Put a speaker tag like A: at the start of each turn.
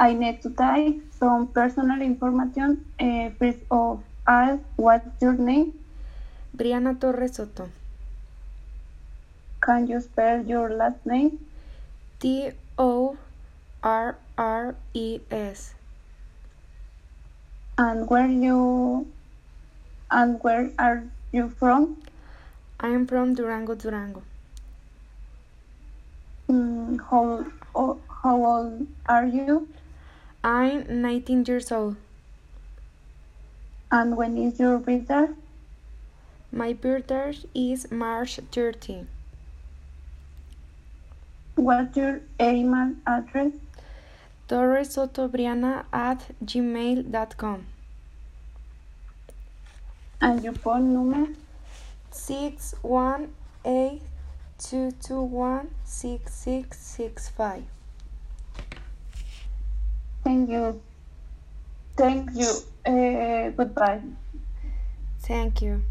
A: I need to tie some personal information. Uh, first of all, what's your name?
B: Brianna Torres Soto.
A: Can you spell your last name?
B: T O R R E S.
A: And where you and where are you from?
B: I am from Durango, Durango.
A: Mm, how, o- how old are you?
B: I'm 19 years old.
A: And when is your birthday?
B: My birthday is March 30.
A: What's your email address?
B: Torres Soto Brianna at gmail.com.
A: And your phone number?
B: Six one eight two two one six six six five.
A: Thank you. Thank you. Uh, goodbye.
B: Thank you.